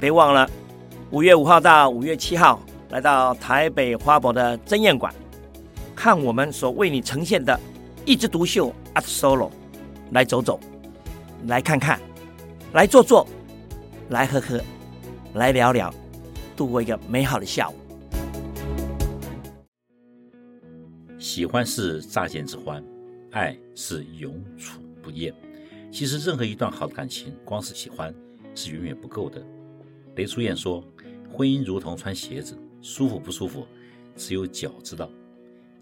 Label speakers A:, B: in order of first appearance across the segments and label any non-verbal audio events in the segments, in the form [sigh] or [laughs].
A: 别忘了五月五号到五月七号来到台北花博的珍宴馆，看我们所为你呈现的一枝独秀 Art Solo，来走走，来看看，来坐坐，来喝喝，来聊聊，度过一个美好的下午。
B: 喜欢是乍见之欢，爱是永处不厌。其实，任何一段好的感情，光是喜欢是远远不够的。雷淑燕说：“婚姻如同穿鞋子，舒服不舒服，只有脚知道。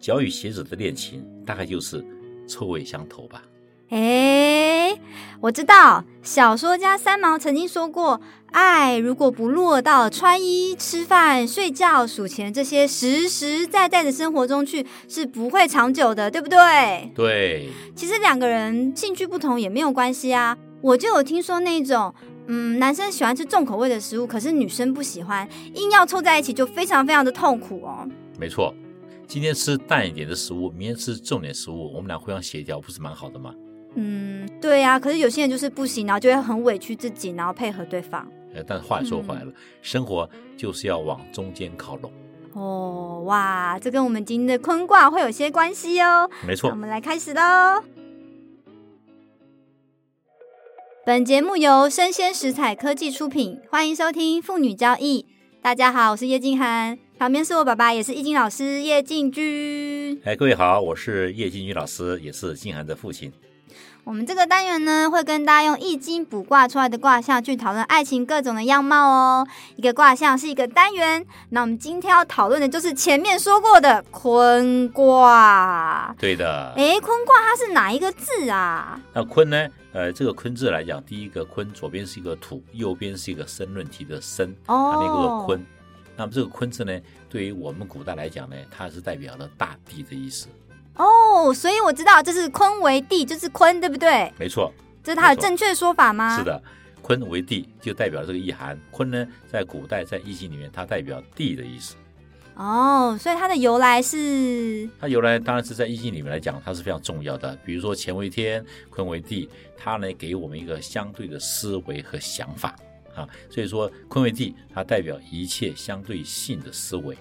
B: 脚与鞋子的恋情，大概就是臭味相投吧。”
C: 哎，我知道，小说家三毛曾经说过，爱如果不落到穿衣、吃饭、睡觉、数钱这些实实在在的生活中去，是不会长久的，对不对？
B: 对，
C: 其实两个人兴趣不同也没有关系啊。我就有听说那种，嗯，男生喜欢吃重口味的食物，可是女生不喜欢，硬要凑在一起就非常非常的痛苦哦。
B: 没错。今天吃淡一点的食物，明天吃重点食物，我们俩互相协调，不是蛮好的吗？
C: 嗯，对呀、啊。可是有些人就是不行，然后就会很委屈自己，然后配合对方。
B: 呃，但是话说回来了，生活就是要往中间靠拢。
C: 哦，哇，这跟我们今天的坤卦会有些关系哦。
B: 没错
C: 那我，们来开始喽。本节目由生鲜食材科技出品，欢迎收听《妇女交易》。大家好，我是叶静涵，旁边是我爸爸，也是易经老师叶静君。
B: 哎，各位好，我是叶金宇老师，也是静涵的父亲。
C: 我们这个单元呢，会跟大家用易经卜卦出来的卦象去讨论爱情各种的样貌哦。一个卦象是一个单元，那我们今天要讨论的就是前面说过的坤卦。
B: 对的，
C: 诶，坤卦它是哪一个字啊？
B: 那坤呢？呃，这个坤字来讲，第一个坤左边是一个土，右边是一个申论题的申，
C: 哦
B: 它那个坤。那么这个坤字呢，对于我们古代来讲呢，它是代表了大地的意思。
C: 哦，所以我知道这是坤为地，就是坤，对不对？
B: 没错，
C: 这是它
B: 没
C: 的
B: 错
C: 正确说法吗？
B: 是。的，坤为地就代表这个意涵。坤呢，在古代在易经里面，它代表地的意思。
C: 哦，所以它的由来是
B: 它由来当然是在易经里面来讲，它是非常重要的。比如说乾为天，坤为地，它呢给我们一个相对的思维和想法啊。所以说，坤为地，它代表一切相对性的思维。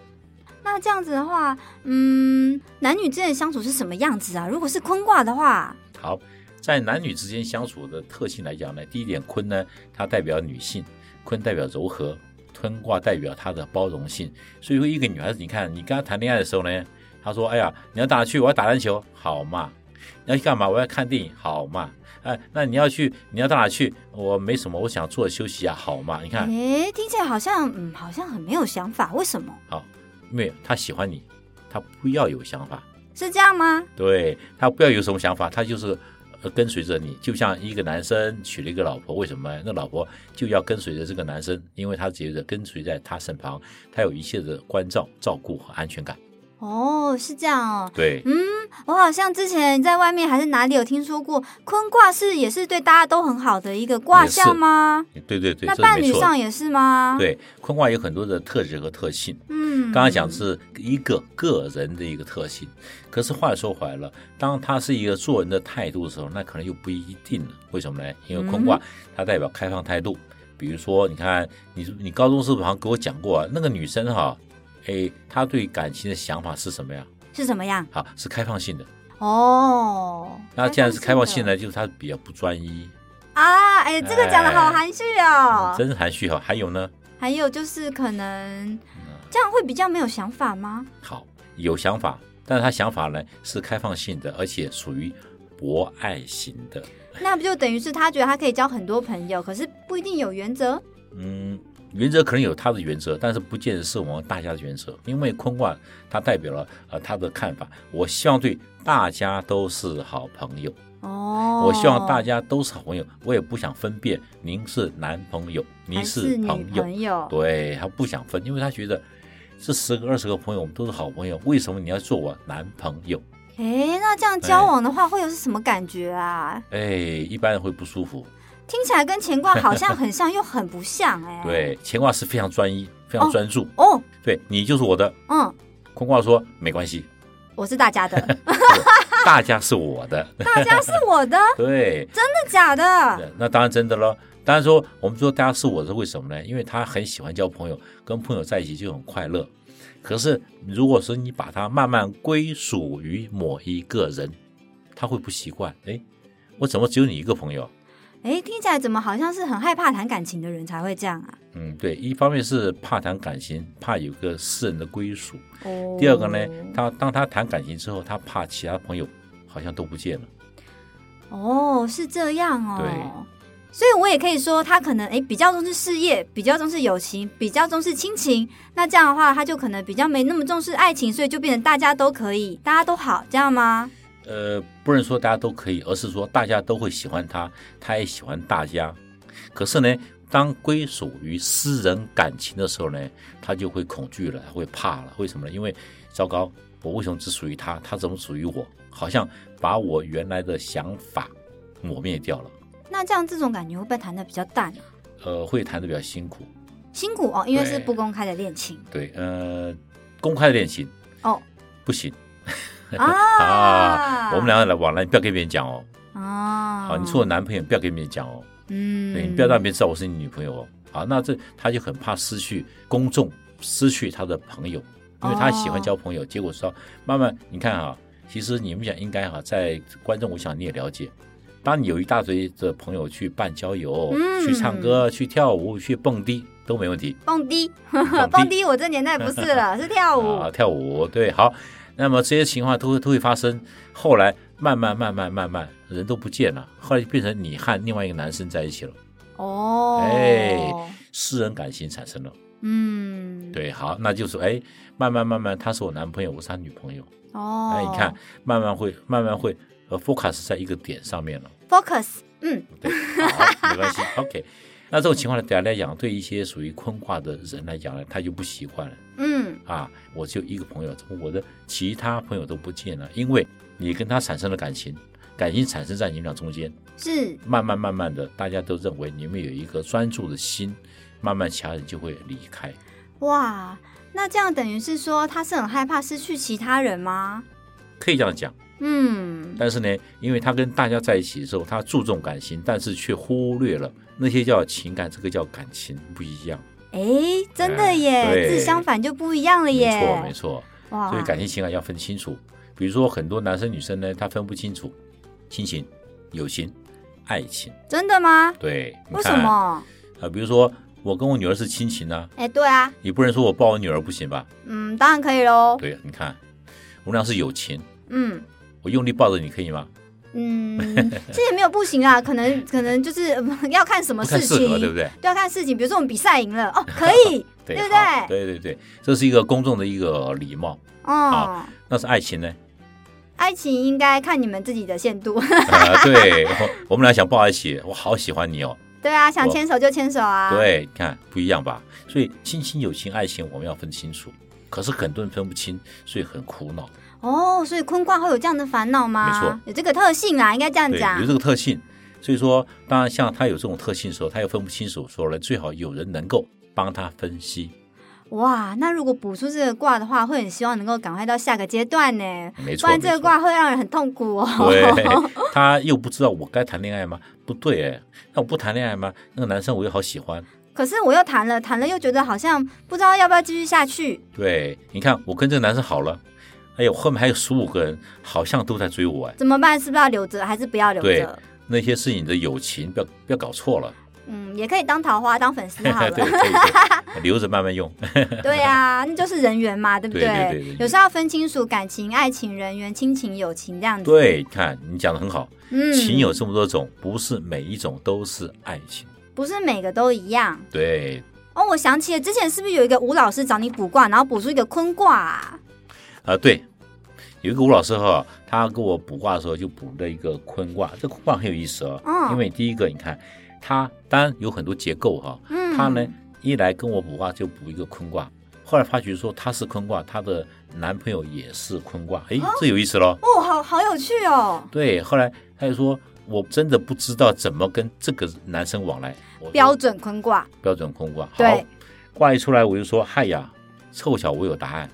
C: 那这样子的话，嗯，男女之间的相处是什么样子啊？如果是坤卦的话，
B: 好，在男女之间相处的特性来讲呢，第一点，坤呢，它代表女性，坤代表柔和，坤卦代表她的包容性。所以说，一个女孩子，你看你跟她谈恋爱的时候呢，她说：“哎呀，你要打去，我要打篮球，好嘛。”你要去干嘛？我要看电影，好嘛？哎，那你要去，你要到哪去？我没什么，我想坐着休息一下，好嘛？你看，
C: 诶，听起来好像嗯，好像很没有想法，为什么？
B: 因为她喜欢你，她不要有想法，
C: 是这样吗？
B: 对他不要有什么想法，他就是呃跟随着你，就像一个男生娶了一个老婆，为什么那老婆就要跟随着这个男生？因为他觉得跟随在他身旁，他有一切的关照、照顾和安全感。
C: 哦，是这样哦。
B: 对，
C: 我好像之前在外面还是哪里有听说过，坤卦是也是对大家都很好的一个卦
B: 也是
C: 象吗？
B: 对对对，
C: 那
B: 这
C: 伴
B: 是
C: 侣
B: 没错
C: 上。也是吗？，
B: 对，坤卦有很多的特质和特性。
C: 嗯，
B: 刚才讲是一个个人的一个特性，可是话说回来了，当他是一个做人的态度的时候，那可能又不一定了。为什么呢？因为坤卦它代表开放态度。比如说，你看你你高中是不是好像给我讲过、啊、那个女生哈、哎，她对感情的想法是什么呀？
C: 是怎么样？
B: 啊，是开放性的。
C: 哦，
B: 那既然是开放性
C: 的
B: 呢，就是她比较不专一，
C: 啊，哎，这个讲的好
B: 哎
C: 含蓄哦。
B: 真含蓄哈。还有呢，
C: 还有就是可能这样会比较没有想法吗？
B: 好有想法，但是她想法呢是开放性的，而且属于博爱型的。
C: 那不就等于是他觉得他可以交很多朋友，可是不一定有原则
B: 嗯，原则可能有他的原则，但是不见得是我们大家的原则，因为坤卦它代表了呃他的看法。我希望对大家都是好朋友，
C: 哦。
B: 我希望大家都是好朋友，我也不想分辨您是男朋友，您
C: 还是女
B: 朋友，
C: 朋友，
B: 对他不想分，因为他觉得这十个二十个朋友我们都是好朋友，为什么你要做我男朋友？
C: 哎，那这样交往的话会有是什么感觉啊？
B: 哎，一般人会不舒服。
C: 听起来跟乾卦好像很像，又很不像哎、，
B: 对，乾卦是非常专一、非常
C: 哦
B: 专注，
C: 哦，
B: 对你就是我的。
C: 嗯，
B: 坤卦说没关系，
C: 我是大
B: [laughs]
C: 家的，
B: 大家是我的，
C: 大家是我的，
B: 对，
C: 真的假的？
B: 那当然真的喽。当然说，我们说大家是我是为什么呢？因为他很喜欢交朋友，跟朋友在一起就很快乐。可是如果说你把它慢慢归属于某一个人，他会不习惯。哎，我怎么只有你一个朋友？
C: 哎，听起来怎么好像是很害怕谈感情的人才会这样啊？
B: 嗯，对，一方面是怕谈感情，怕有个私人的归属；
C: 哦
B: 第二个呢，他当他谈感情之后，他怕其他朋友好像都不见了。
C: 哦，是这样哦。所以我也可以说，他可能诶比较重视事业，比较重视友情，比较重视亲情。那这样的话，他就可能比较没那么重视爱情，所以就变成大家都可以，大家都好，这样吗？
B: 呃，不能说大家都可以，而是说大家都会喜欢他，他也喜欢大家。可是呢，当归属于私人感情的时候呢，他就会恐惧了，他会怕了。为什么呢？因为糟糕，我为什么只属于他？他怎么属于我？好像把我原来的想法抹灭掉了。
C: 那这样这种感觉会不会谈的比较淡啊、
B: 呃，会谈的比较辛苦。
C: 辛苦哦，因为
B: 对
C: 是不公开的恋情
B: 对，呃，公开恋情
C: [laughs] 哦
B: 不行
C: 啊
B: 啊，我们两个来往来，你不要跟别人讲哦。
C: 啊
B: 啊，你是我男朋友，不要跟别人讲哦。
C: 嗯
B: 对，你不要让别人知道我是你女朋友哦。啊，那这他就很怕失去公众，失去他的朋友，因为他喜欢交朋友。结果说，慢慢你看啊，其实你们想应该哈、在观众，我想你也了解。当你有一大堆的朋友去办交友、
C: 嗯
B: 去唱歌、去跳舞、去蹦迪都没问题，
C: 蹦迪，
B: 蹦
C: [laughs] 蹦迪，我这年代不是
B: [laughs]
C: 了，是跳舞
B: 啊，跳舞对，好。那么这些情况都会都会发生。后来慢慢慢慢慢慢，人都不见了，后来就变成你和另外一个男生在一起了，
C: 哦。
B: 哎私人感情产生了。
C: 嗯，，
B: 对，好，那就是哎，慢慢慢慢，他是我男朋友，我是他女朋友。
C: 哦，
B: 哎，你看，慢慢会，慢慢会，呃，focus 在一个点上面了。
C: ，focus，嗯，
B: 对，好，没关系 [laughs] ，OK。那这种情况呢，对他来讲，对一些属于坤卦的人来讲呢，他就不习惯了
C: 嗯，
B: 啊。我只有一个朋友，怎么我的其他朋友都不见了？因为你跟他产生了感情，感情产生在你们俩中间，
C: 是
B: 慢慢慢慢的，大家都认为你们有一个专注的心，慢慢其他人就会离开。
C: 哇，那这样等于是说他是很害怕失去其他人吗？
B: 可以这样讲。
C: 嗯，
B: 但是呢，因为他跟大家在一起的时候，他注重感情，但是却忽略了那些叫情感，这个叫感情不一样。
C: 哎，真的
B: 哎
C: 耶，
B: 对
C: 字相反就不一样了
B: 没
C: 耶，哦
B: 错，没错。
C: 哇
B: 所以感情情感要分清楚。比如说很多男生女生呢，他分不清楚亲情、友情、爱情。
C: 真的吗？
B: 对，你
C: 为
B: 看
C: 什么？
B: 啊？比如说我跟我女儿是亲情啊，
C: 哎，对啊，
B: 你不能说我抱我女儿不行吧？
C: 嗯，当然可以喽，
B: 对，你看，我们俩是友情，
C: 嗯。
B: 我用力抱着你可以吗？
C: 嗯， [laughs] 这也没有不行啊，可能可能就是、呃要看什么
B: 不
C: 事
B: 太适
C: 情，
B: 合，对不对？
C: 要看事情，比如说我们比赛赢了，哦，可以，
B: [laughs] 对
C: 对不
B: 好
C: 对
B: 对对对，这是一个公众的一个礼貌。
C: 哦，
B: 那是爱情呢？
C: 爱情应该看你们自己的限度， [laughs]
B: 啊，对， [laughs] 我我们俩想抱在一起，我好喜欢你哦。
C: 对啊，想牵手就牵手啊，，
B: 对，你看不一样吧？所以亲情、友情、爱情，我们要分清楚。可是很多人分不清，所以很苦恼。
C: 哦，所以坤卦会有这样的烦恼吗？
B: 没错，
C: 有这个特性啊，应该这样
B: 对，
C: 讲
B: 有。这个特性。所以说，当然像他有这种特性的时候，他又分不清楚的时候呢，最好有人能够帮他分析。
C: 哇，那如果补出这个卦的话，会很希望能够赶快到下个阶段呢，
B: 没
C: 不
B: 错，
C: 然这个
B: 没错
C: 卦会让人很痛苦哦。
B: 对，他又不知道我该谈恋爱吗？不对哎，那我不谈恋爱吗？那个男生我又好喜欢。
C: [laughs] 可是我又谈了，谈了又觉得好像不知道要不要继续下去。
B: 对，你看我跟这个男生好了，哎呦，后面还有十五个人，好像都在追我哎。
C: 怎么办？是不是要留着，还是不要留
B: 对
C: 着？
B: 那些是你的友情，不要不要搞错了。哎
C: 嗯，也可以当桃花，当粉丝
B: 对，
C: 好
B: 可
C: 了。
B: 以可以 [laughs] 留着慢慢用。 [laughs]
C: 对啊，那就是人缘嘛，对不
B: 对对对对对
C: 有时候要分清楚感情、爱情、人缘、亲情、友情这样子。，
B: 对，看你讲的很好，
C: 嗯，
B: 情有这么多种，不是每一种都是爱情。
C: 不是每个都一样。
B: 对，
C: 哦，我想起了，之前是不是有一个吴老师找你卜卦，然后卜出一个坤卦、啊？
B: 啊、对，有一个吴老师哈，他给我卜卦的时候就卜了一个坤卦，这坤卦很有意思哦，
C: 嗯
B: 因为第一个你看，它当然有很多结构哈、
C: 嗯，
B: 他呢，一来跟我卜卦就卜一个坤卦，后来发觉说他是坤卦，她的男朋友也是坤卦，诶，这有意思喽。
C: 哦，好好有趣哦，
B: 对，后来他就说，我真的不知道怎么跟这个男生往来。我说
C: 标准坤卦，
B: 标准坤卦，好
C: 对，
B: 卦一出来我就说，嗨呀，凑巧我有答案，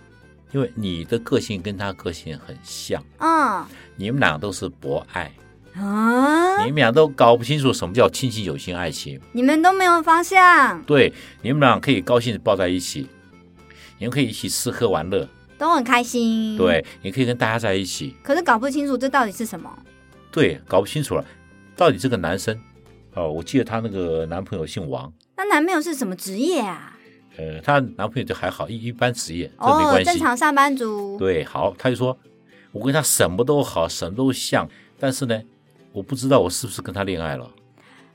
B: 因为你的个性跟他个性很像，
C: 嗯，
B: 你们俩都是博爱，
C: 啊，
B: 你们俩都搞不清楚什么叫亲情、友情、爱情。
C: 你们都没有方向，
B: 对，你们俩可以高兴的抱在一起，你们可以一起吃喝玩乐，
C: 都很开心。，
B: 对，你可以跟大家在一起。
C: 可是搞不清楚这到底是什么。
B: 对，搞不清楚了，到底这个男生，哦，我记得她那个男朋友姓王，
C: 那男朋友是什么职业啊？
B: 呃，她男朋友就还好，一一般职业，这没
C: 哦，
B: 关系。
C: 正常上班族。
B: 对，好，她就说，我跟他什么都好，什么都像，但是呢，我不知道我是不是跟他恋爱了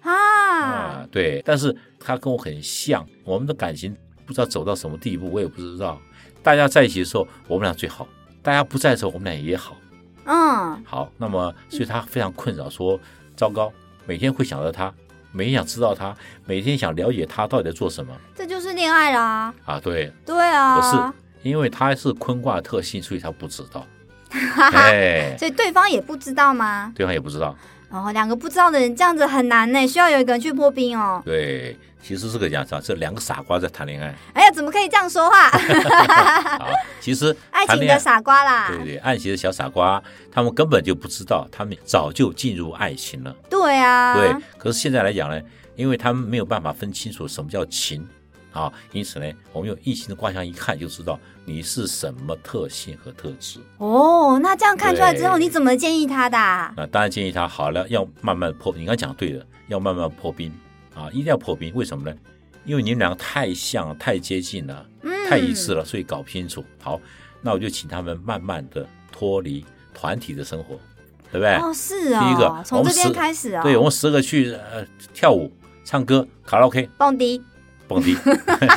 C: 啊，，
B: 对，但是他跟我很像，我们的感情不知道走到什么地步，我也不知道。大家在一起的时候，我们俩最好；大家不在的时候，我们俩也好。
C: 嗯，
B: 好，那么所以他非常困扰，说糟糕，每天会想到他，每天想知道他，每天想了解他到底在做什么
C: 这就是恋爱啦。
B: 啊？对，
C: 对
B: 可是
C: 啊，
B: 因为他是坤卦的特性，所以他不知
C: [laughs]
B: 道，
C: 哈哈，
B: 哎，
C: 所以对方也不知道吗？
B: 对方也不知道。
C: 然后两个不知道的人这样子很难呢，需要有一个人去破冰哦。
B: 对，其实是个样子啊，这两个傻瓜在谈恋爱
C: 哎呀，怎么可以这样
B: [laughs]
C: 说话？
B: 啊。其实
C: [laughs] 爱
B: 谈
C: 情
B: 恋
C: 的
B: 爱。
C: 傻瓜啦，
B: 对对，爱情的小傻瓜，他们根本就不知道，他们早就进入爱情了。
C: 对啊，
B: 对，可是现在来讲呢，因为他们没有办法分清楚什么叫情啊，因此呢，我们用易情的卦象一看就知道你是什么特性和特质。
C: 哦，那这样看出来之后，
B: 对
C: 你怎么建议他的啊、
B: 那当然建议他好了，要慢慢破。你刚讲对了，要慢慢破冰啊，一定要破冰。为什么呢？因为你们两个太像、太接近了，
C: 嗯，
B: 太一致了，所以搞不清楚。好，那我就请他们慢慢的脱离团体的生活，对不对？
C: 哦，是哦，
B: 第一个
C: 从
B: 我们
C: 这边
B: 十
C: 开始哦，
B: 对，我们十个去呃跳舞、唱歌、卡拉 OK、
C: 蹦迪，
B: 蹦迪 [laughs]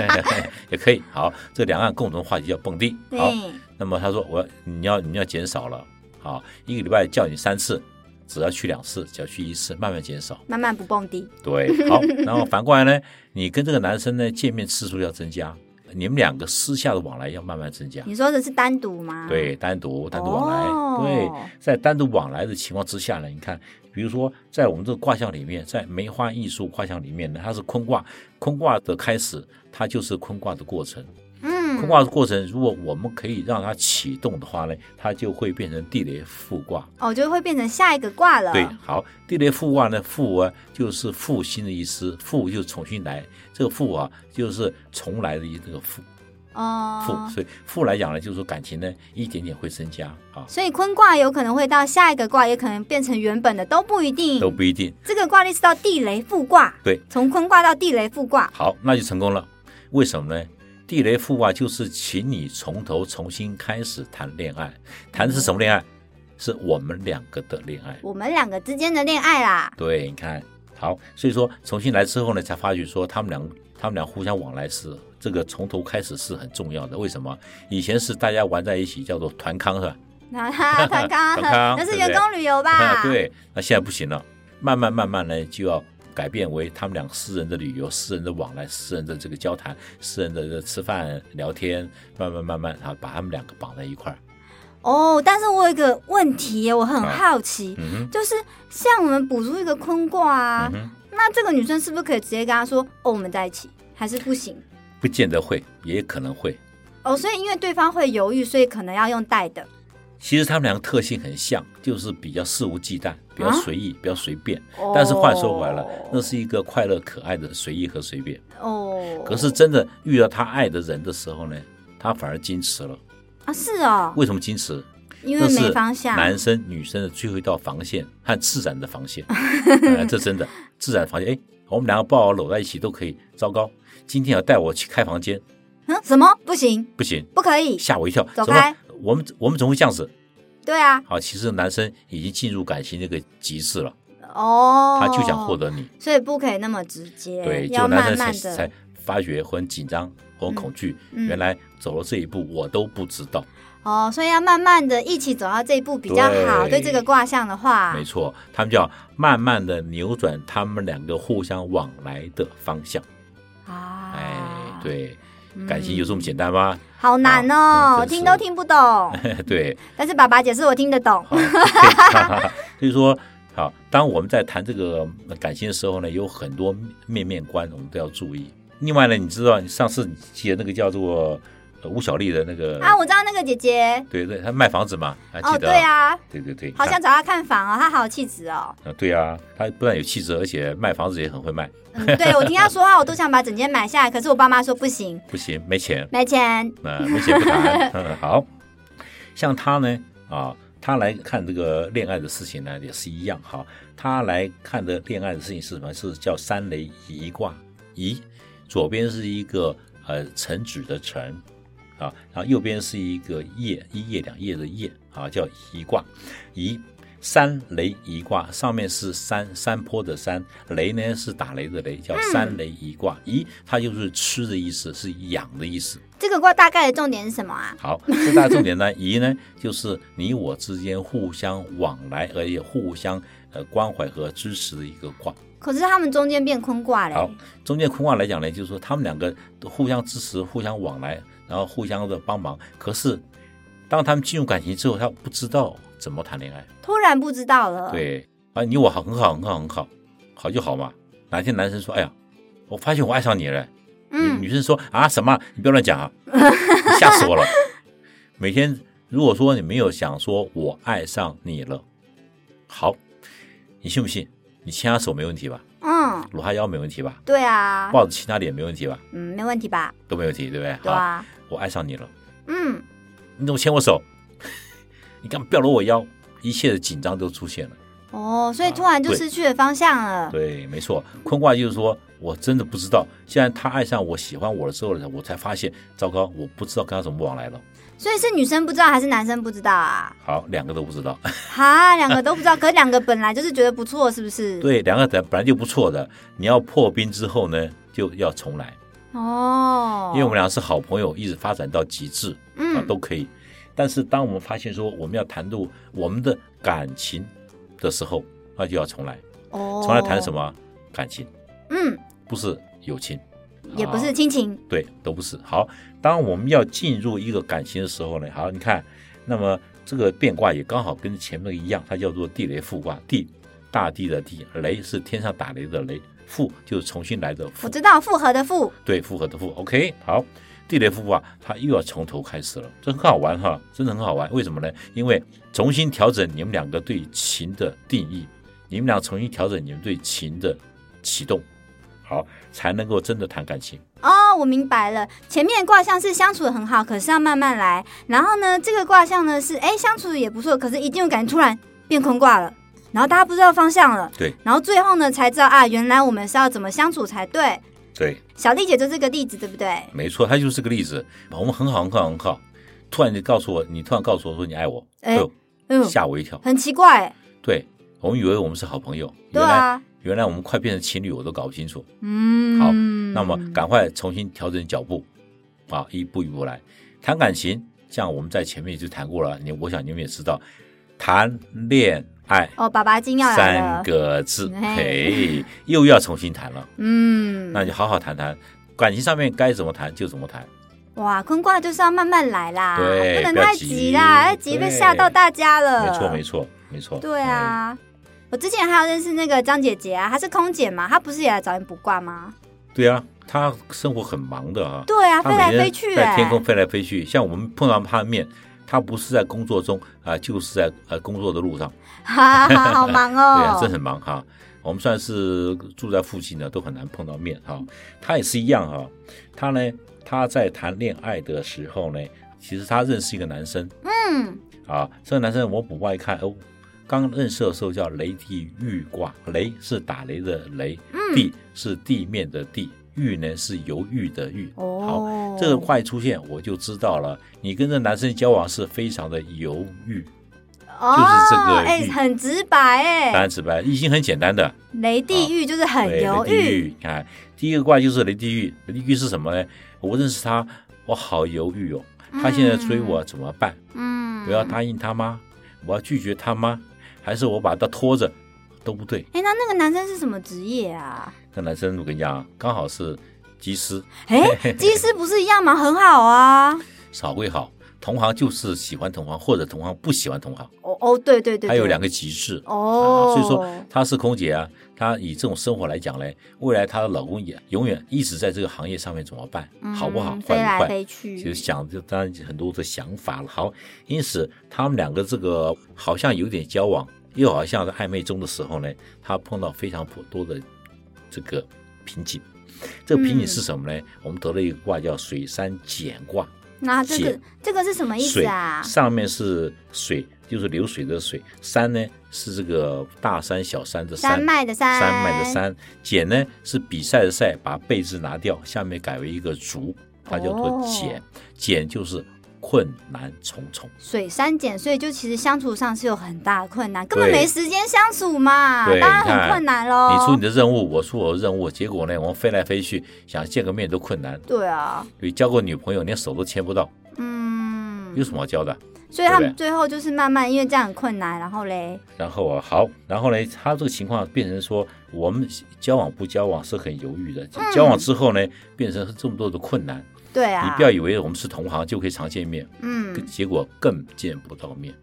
B: 也可以。好，这两岸共同话题叫蹦迪。
C: 对，
B: 好，那么他说我你要你要减少了，好，一个礼拜叫你三次，只要去两次，只要去一次，慢慢减少。
C: 慢慢不蹦迪， [laughs]
B: 对，好，然后反过来呢，你跟这个男生呢见面次数要增加，你们两个私下的往来要慢慢增
C: [laughs]
B: 加。
C: 你说的是单独吗？
B: 对，，单独单独往来，
C: 哦
B: 对，在单独往来的情况之下呢，你看，比如说在我们这个卦象里面，在梅花易数卦象里面呢，它是坤卦，坤卦的开始，它就是坤卦的过程。坤
C: 嗯，
B: 卦的过程，如果我们可以让它启动的话呢，它就会变成地雷复卦。
C: 哦，就会变成下一个卦了，
B: 对，好，地雷复卦呢，复啊就是复兴的意思，复就是重新来，这个复啊就是重来的一这个复复，
C: 哦，
B: 所以复来讲呢，就是说感情呢一点点会增加啊，
C: 所以坤卦有可能会到下一个卦，也可能变成原本的，都不一定。
B: 都不一定。
C: 这个卦例是到地雷复卦，
B: 对，
C: 从坤卦到地雷复卦，
B: 好，那就成功了。为什么呢？地雷复卦就是请你从头重新开始谈恋爱，谈的是什么恋爱？是我们两个的恋爱。
C: 我们两个之间的恋爱啦， [laughs]
B: 对，你看，好，所以说重新来之后呢，才发觉说他们俩，他们俩互相往来是这个从头开始是很重要的。为什么？以前是大家玩在一起叫做团康是吧？
C: 哈哈，团康，
B: 团康
C: 那是
B: 对不对啊
C: 员工旅游
B: [laughs]
C: 吧？，
B: 对，那现在不行了，慢慢慢慢呢就要改变为他们俩私人的旅游、私人的往来、私人的这个交谈、私人的这个吃饭聊天，慢慢慢慢啊，把他们两个绑在一块儿。
C: 哦，但是我有一个问题耶，我很
B: 啊
C: 好奇，
B: 嗯哼，
C: 就是像我们补出一个坤卦啊，
B: 嗯哼，
C: 那这个女生是不是可以直接跟他说哦，我们在一起，还是不行？
B: 不见得会，也可能会。
C: 哦，所以因为对方会犹豫，所以可能要用带的
B: 其实他们两个特性很像，就是比较肆无忌惮，比较
C: 啊
B: 随意，比较随便。
C: 哦
B: 但是话说回来了，那是一个快乐、可爱的随意和随便。
C: 哦，
B: 可是真的遇到他爱的人的时候呢，他反而矜持了。
C: 啊，是哦，
B: 为什么矜持？
C: 因为
B: 那
C: 没
B: 是
C: 方向，
B: 男生女生的最后一道防线和自然的防线。 [laughs] 哎这真的自然防线。哎，我们两个抱搂在一起都可以。糟糕，今天要带我去开房间，
C: 嗯，什么不行，
B: 不行，
C: 不可以，
B: 吓我一跳。
C: 走
B: 怎么
C: 开
B: 我们我们怎么会这样子？
C: 对啊，
B: 好，其实男生已经进入感情那个极致了，
C: 哦，
B: 他就想获，得你。
C: 所以不可以那么直接，
B: 对，就
C: 要
B: 男生
C: 慢
B: 才
C: 慢
B: 才
C: 的，
B: 发觉很紧张、很恐惧，
C: 嗯
B: 原来走了这一步我都不知道。
C: 哦，所以要慢慢的一起走到这一步比较好，对
B: 对
C: 这个卦象的话
B: 没，错，他们就要慢慢的扭转他们两个互相往来的方向。
C: 啊，
B: 哎，，对，感情
C: 嗯
B: 有这么简单吗？ [laughs]
C: 好难
B: 啊嗯
C: 哦，
B: 真是
C: 听都听
B: [laughs]
C: 不懂，
B: 对，
C: 但是爸爸解释我听得懂， [laughs]
B: 好，对所以说，好，当我们在谈这个呃感情的时候呢，有很多面面观，我们都要注意。另外呢，你知道上次你记得那个叫做呃吴小莉的那个
C: 啊，我知道那个姐姐，
B: 对对，她卖房子嘛，还
C: 哦，
B: 记得、啊
C: 对啊，
B: 对对对，
C: 好想找她看房哦，她好有气质哦。
B: 啊，对啊，她不但有气质，而且卖房子也很会卖，
C: 嗯，对我听她说话，我都想把整间买下来，可是我爸妈说不行，
B: 不行没钱，
C: 没钱。
B: 那、没钱不谈。嗯，好像他呢，啊，他来看这个恋爱的事情呢，也是一样哈。他来看的恋爱的事情是什么？是叫三雷一卦，一左边是一个呃臣子的臣啊，然后右边是一个叶，一叶两叶的叶啊，叫一卦。一三雷一卦，上面是山山坡的山，雷呢是打雷的雷，叫三雷一卦。一它就是吃的意思，是养的意思。
C: 这个卦大概的重点是什么啊？
B: 好，最大重点呢， [laughs] 宜呢就是你我之间互相往来，而且互相呃关怀和支持的一个卦。
C: 可是他们中间变坤卦嘞，
B: 好，中间坤卦来讲呢，就是说他们两个互相支持、互相往来，然后互相的帮忙。可是当他们进入感情之后，他不知道怎么谈恋爱。
C: 突然不知道了。，
B: 对啊，你我好，很好，很好，很好，好就好嘛。哪天男生说，哎呀，我发现我爱上你了。女
C: 嗯，
B: 女生说啊什么？你不要乱讲
C: [laughs]
B: 啊！你吓死我了。每天如果说你没有想说我爱上你了，好，你信不信？你牵他手没问题吧？
C: 嗯，
B: 搂他腰没问题吧？
C: 对啊，
B: 抱着亲他脸没问题吧？
C: 嗯，没问题吧？
B: 都没问题，对不对？好，
C: 对啊，
B: 我爱上你了，
C: 嗯，
B: 你怎么牵我手？ [laughs] 你干嘛不要搂我腰？一切的紧张都出现了。
C: 哦，所以
B: 啊
C: 突然就
B: 对
C: 失去了方向了。
B: 对，没错，坤卦就是说我真的不知道，现在他爱上我、喜欢我了之后呢，我才发现，糟糕，我不知道跟他怎么往来了。
C: 所以是女生不知道还是男生不知道啊？
B: 好，两个都不知道。
C: 哈，两个都不
B: [laughs]
C: 知道，可是两个本来就是觉得不错，是不是？，
B: 对，两个本本来就不错的，你要破冰之后呢，就要重来，
C: 哦，
B: 因为我们俩是好朋友，一直发展到极致啊
C: 嗯，
B: 都可以。但是当我们发现说我们要谈入我们的感情的时候，那就要重来，
C: 哦，
B: 重来谈什？么感情，
C: 嗯，
B: 不是友情，
C: 也不
B: 啊
C: 是亲情，
B: 对，都不是。好，当我们要进入一个感情的时候呢，好，你看，那么这个变卦也刚好跟前面一样，它叫做地雷复卦。地，大地的地，雷是天上打雷的雷，复就是重新来的复
C: 我。知道复合的复，
B: 对，复合的复。OK，好，地雷复卦它又要从头开始了，这很好玩哈，真的很好玩。为什么呢？因为重新调整你们两个对情的定义，你们俩重新调整你们对情的启动，好，才能够真的谈感情。
C: 哦，我明白了。前面卦象是相处的很好，可是要慢慢来。然后呢，这个卦象呢是哎相处的也不错，可是一进入感觉突然变空卦了，然后大家不知道方向了。
B: 对。
C: 然后最后呢才知道啊，原来我们是要怎么相处才对。
B: 对，
C: 小丽姐就是个例子，对不对？
B: 没错，它就是个例子。我们很好，很好，很好。突然就告诉我，你突然告诉我说你爱我，
C: 哎
B: 呦
C: 嗯，
B: 吓我一跳。
C: 很奇怪，
B: 对，我们以为我们是好朋友，
C: 对
B: 原来、
C: 啊，
B: 原来我们快变成情侣，我都搞不清楚。
C: 嗯，
B: 好那么赶快重新调整脚步，啊，一步一步来谈感情。像我们在前面就谈过了，你我想你们也知道，谈恋爱
C: 哦，爸爸金要来
B: 三
C: 了，哎
B: 个字，
C: 嘿
B: 嘿，又要重新
C: [laughs]
B: 谈了。
C: 嗯，
B: 那就好好谈谈感情上面该怎么谈就怎么谈。
C: 哇，坤卦就是要慢慢来啦，
B: 对
C: 不能
B: 不要
C: 太
B: 急
C: 急啦，太急
B: 对
C: 被吓到大家了。
B: 没错，没错，没错。
C: 对
B: 哎
C: 啊，我之前还有认识那个张姐姐啊，她是空姐嘛，她不是也来找你卜卦吗？
B: 对啊，他生活很忙的啊，
C: 对啊，
B: 他
C: 飞
B: 每
C: 来
B: 天
C: 飞去、欸，
B: 在天空飞来飞去。像我们碰到他的面，他不是在工作中啊、就是在呃工作的路上，
C: [laughs] 哈哈，好
B: [laughs]
C: 忙
B: 对啊，真
C: 哦。
B: 很忙哈、我们算是住在附近的，都很难碰到面哈、他也是一样哈、他呢，他在谈恋爱的时候呢，其实他认识一个男生
C: 嗯，
B: 啊，这个男生我补外看哦。刚认识的时候叫雷地豫卦，雷是打雷的雷，
C: 嗯
B: 地是地面的地，豫呢是犹豫的豫。好，
C: 哦，
B: 这个卦一出现，我就知道了，你跟这男生交往是非常的犹豫。
C: 哦
B: 就是这个
C: 哎、
B: 豫
C: 很直白哎、
B: 答案直白，易经很简单的，
C: 雷地狱就是很
B: 对，
C: 犹
B: 雷地
C: 豫，
B: 豫。你看，第一个卦就是雷地豫，雷地豫是什么呢？我认识他，我好犹豫哦，他现在追我怎么办？
C: 嗯，
B: 我要答应他吗？我要拒绝他吗？还是我把他拖着？都不对。
C: 哎、那那个男生是什么职
B: [laughs]
C: 业啊？
B: 那男生我跟你讲，啊刚好是技师，
C: 哎、技师不是一样吗？很好啊。
B: 是好归好，同行就是喜欢同行，或者同行不喜欢同行，
C: 哦哦，对对对，
B: 还有
C: 对
B: 两个极致。
C: 哦、
B: 啊，所以说她是空姐啊，她以这种生活来讲嘞，未来她的老公也永远一直在这个行业上面怎么办，好不好，
C: 嗯
B: 坏
C: 飞
B: 不
C: 来
B: 坏？
C: 飞
B: 其实
C: 去，
B: 想就当然很多的想法了。好，因此他们两个这个好像有点交往，又好像在暧昧中的时候呢，他碰到非常多的这个瓶颈。这个瓶颈
C: 嗯
B: 是什么呢？我们得了一个卦叫水山简卦，
C: 那这个
B: 解
C: 这个是什么意思
B: 水
C: 啊？
B: 上面是水，就是流水的水；山呢是这个大山小山的山，
C: 山脉的山，
B: 山脉的，山；简呢是比赛的赛，把贝字拿掉，下面改为一个竹，它叫做
C: 哦
B: 简。简就是困难重重。
C: 水山减，所以就其实相处上是有很大的困难，根本
B: 对
C: 没时间相处嘛，
B: 对
C: 当然
B: 你看
C: 很困难喽。
B: 你出你的任务，我出我的任务，结果呢，我们飞来飞去，想见个面都困难。
C: 对啊，
B: 你交过女朋友，连手都牵不到，
C: 嗯
B: 有，什么好交的？
C: 所以他
B: 对
C: 们
B: 不对
C: 最后就是慢慢因为这样很困难，然后嘞，
B: 然后啊，好，然后呢，他这个情况变成说，我们交往不交往是很犹豫的。
C: 嗯
B: 交往之后呢，变成这么多的困难。
C: 对
B: 你
C: 啊，
B: 不要以为我们是同行就可以常见面，
C: 嗯，
B: 结果更见不到面。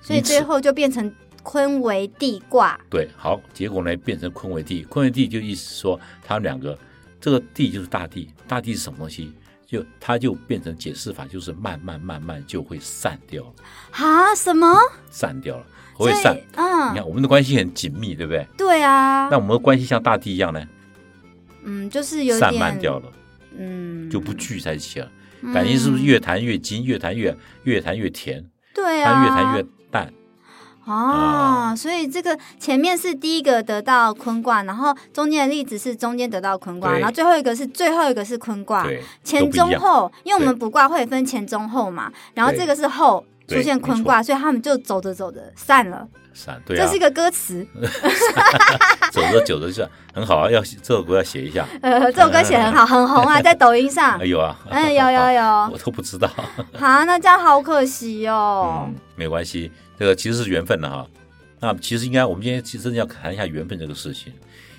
C: 所以
B: 因此
C: 最后就变成坤为地卦，
B: 对，好，结果呢变成坤为地，坤为地就意思说他们两个，这个地就是大地，大地是什么东西？就它就变成解释法，就是慢慢慢慢就会散掉了，
C: 啊，什么？
B: 散掉了，
C: 所
B: 会
C: 以
B: 散。你
C: 嗯，
B: 看我们的关系很紧密，对不对？
C: 对啊
B: 那，我们的关系像大地一样呢，
C: 嗯，就是有
B: 散
C: 点
B: 漫掉，了，
C: 嗯，
B: 就不聚在一起了。感情是不是越谈越精，越谈越越谈越甜，
C: 对啊？
B: 谈越谈越淡？
C: 哦，所以这个前面是第一个得到坤卦，然后中间的例子是中间得到坤卦，
B: 对
C: 然后最后一个是最后一个是坤卦，
B: 对，都
C: 前
B: 不一
C: 中
B: 样。
C: 后，因为我们
B: 对
C: 卜卦会分前中后嘛，然后
B: 对
C: 这个是后
B: 对
C: 出现坤卦，所以他们就走着走着散了，
B: 散，对啊
C: 这是一，个歌词，
B: 走着走着就很好啊，要这首歌要写一下。
C: 呃，这首歌写得很好，很红
B: [laughs]
C: [laughs] 啊，在抖音上
B: 啊哎，有啊，
C: 嗯，有有有，
B: 我都不知道。
C: 啊，那这样好可惜
B: [laughs]
C: 哦
B: 嗯，，没关系，这个其实是缘分了哈。那其实应该，我们今天其实真的要谈一下缘分这个事情。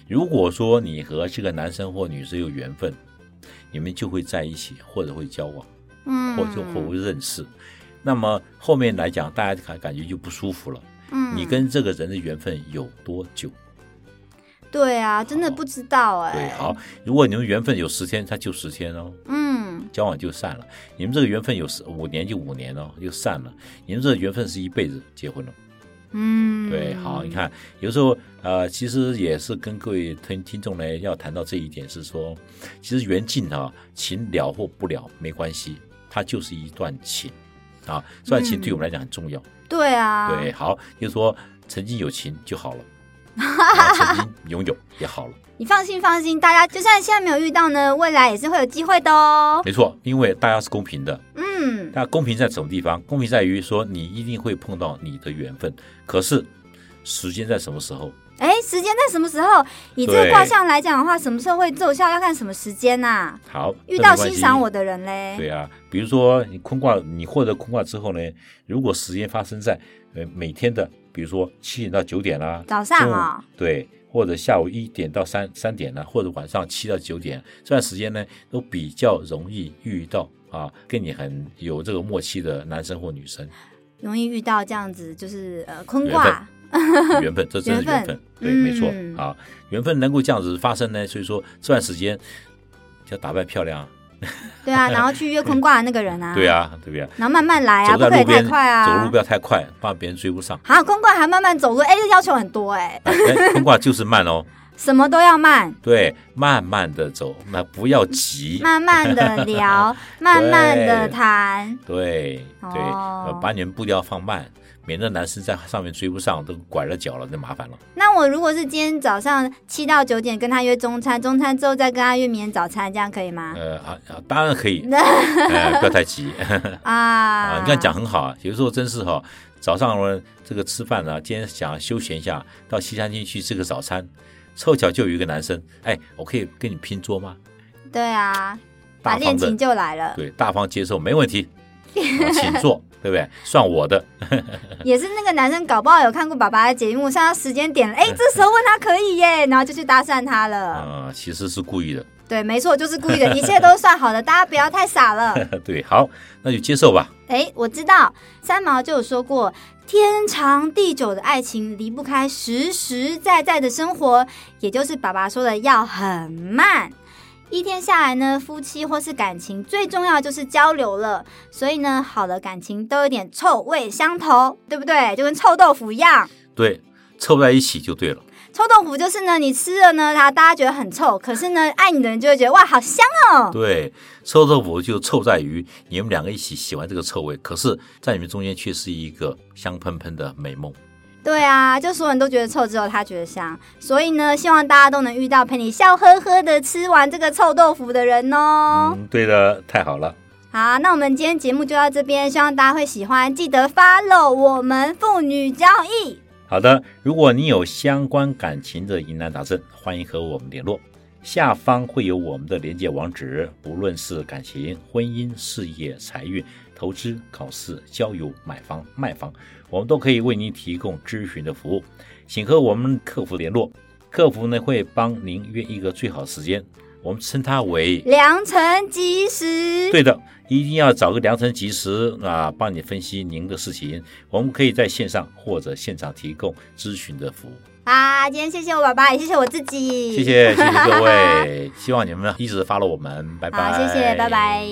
B: 如果说你和这个男生或女生有缘分，你们就会在一起，或者会交往，
C: 嗯，
B: 或者或会认识。那么后面来讲，大家感感觉就不舒服了。
C: 嗯
B: 你跟这个人的缘分有多久？
C: 对啊，真的不知道哎，
B: 对，好，，如果你们缘分有十天，他就十天哦。
C: 嗯，
B: 交往就散了，你们这个缘分有十五年就五年哦，就散了。你们这个缘分是一辈子，结婚了。
C: 嗯，
B: 对，好，你，看，有时候呃，其实也是跟各位听听众呢，要谈到这一点是说，其实缘尽啊，情了或不了没关系，它就是一段情啊，这段情
C: 嗯
B: 对我们来讲很重要。
C: 对啊，
B: 对，，好，就是说曾经有情就好了，啊曾经拥有也好了，
C: 你放心放心，大家就算现在没有遇到呢，未来也是会有机会的哦，
B: 没错，因为大家是公平的。
C: 嗯，
B: 那公平在什么地方？公平在于说你一定会碰到你的缘分，可是时间在什么时候？
C: 哎，时间在什么时候？以这个
B: 对
C: 卦象来讲的话，什么时候会奏效，要看什么时间呐、
B: 好，
C: 遇
B: 那
C: 到
B: 没关
C: 欣
B: 系
C: 赏我的人嘞，
B: 对啊，比如说你坤卦，你获得坤卦之后呢，如果时间发生在呃每天的，比如说七点到九点啦、
C: 早上
B: 中午
C: 啊
B: 对，或者下午一点到三三点啦、啊或者晚上七到九点这段时间呢，都比较容易遇到啊，跟你很有这个默契的男生或女
C: [laughs]
B: 生，
C: 容易遇到这样子，就是呃坤
B: 缘分
C: 卦，
B: 缘分，这真是缘
C: 缘分
B: 分，对，没错
C: 嗯
B: 啊，缘分能够这样子发生呢，所以说这段时间要打扮漂亮啊，
C: 对啊，然后去约坤卦的那个人
B: [laughs]
C: 啊，
B: 对，啊，对不对？
C: 然后慢慢来啊，
B: 走在
C: 不可以
B: 路
C: 太
B: 边，
C: 快啊，
B: 走路不要太快，怕别人追不上。
C: 啊，坤卦还慢慢走路，哎，这要求很多哎、
B: 哎，哎坤卦就是慢哦，
C: 什么都要慢，
B: 对，慢慢的走，那不要急，
C: 慢慢
B: [laughs]
C: 的聊，慢慢的谈，
B: 对对、
C: 哦
B: 呃把你们步调放慢，免得男生在上面追不上，都拐了脚了，那麻烦了。
C: 那我如果是今天早上七到九点跟他约中餐，中餐之后再跟他约明天早餐，这样可以吗？
B: 呃啊啊，当然可
C: [laughs]
B: 以，呃，不要太急
C: 啊
B: 啊。你看讲很好啊，有时候真是哈、早上呢这个吃饭呢、今天想休闲一下，到西餐厅去吃个早餐，凑巧就有一个男生，哎，我可以跟你拼桌吗？
C: 对啊，把
B: 大
C: 恋
B: 方的
C: 情就来了，
B: 对，大方接受没问题，啊请坐，对不对？算我的，
C: 也是那个男生搞不好有看过爸爸的节
B: [laughs]
C: 目，上到时间点了，哎，这时候问他可以耶，然后就去搭讪他了，
B: 啊啊、其实是故意的，
C: 对，没错，就是故意的，一切都算好的，大家不要太傻了。
B: 对，好，那就接受吧。
C: 哎，我知道，三毛就有说过，天长地久的爱情离不开实实在在的生活，也就是爸爸说的要很慢。一天下来呢，夫妻或是感情最重要就是交流了，所以呢，好的感情都有点臭味相投，对不对？就跟臭豆腐一样，
B: 对，凑在一起就对了。
C: 臭豆腐就是呢，你吃了呢，它大家觉得很臭，可是呢，爱你的人就会觉得哇，好香哦。
B: 对，臭豆腐就臭在于你们两个一起喜欢这个臭味，可是，在你们中间却是一个香喷喷的美梦。
C: 对啊，就所有人都觉得臭，只有他觉得香。所以呢，希望大家都能遇到陪你笑呵呵的吃完这个臭豆腐的人哦。
B: 嗯，对的，太好了。
C: 好，那我们今天节目就到这边，希望大家会喜欢，记得 follow 我们妇女交易。
B: 好的，如果你有相关感情的疑难杂症，欢迎和我们联络。下方会有我们的连接网址，不论是感情、婚姻、事业、财运、投资、考试、交友、买房、卖房，我们都可以为您提供咨询的服务，请和我们客服联络。客服呢会帮您约一个最好时间，我们称它为
C: 良辰吉时，
B: 对的，一定要找个良辰吉时啊，帮你分析您的事情。我们可以在线上或者现场提供咨询的服务。
C: 啊，今天谢谢我爸爸，也谢谢我自
B: [laughs]
C: 己，
B: 谢谢谢谢各。位，希望你们一直 follow 我们，拜拜。
C: 好，谢谢，拜拜。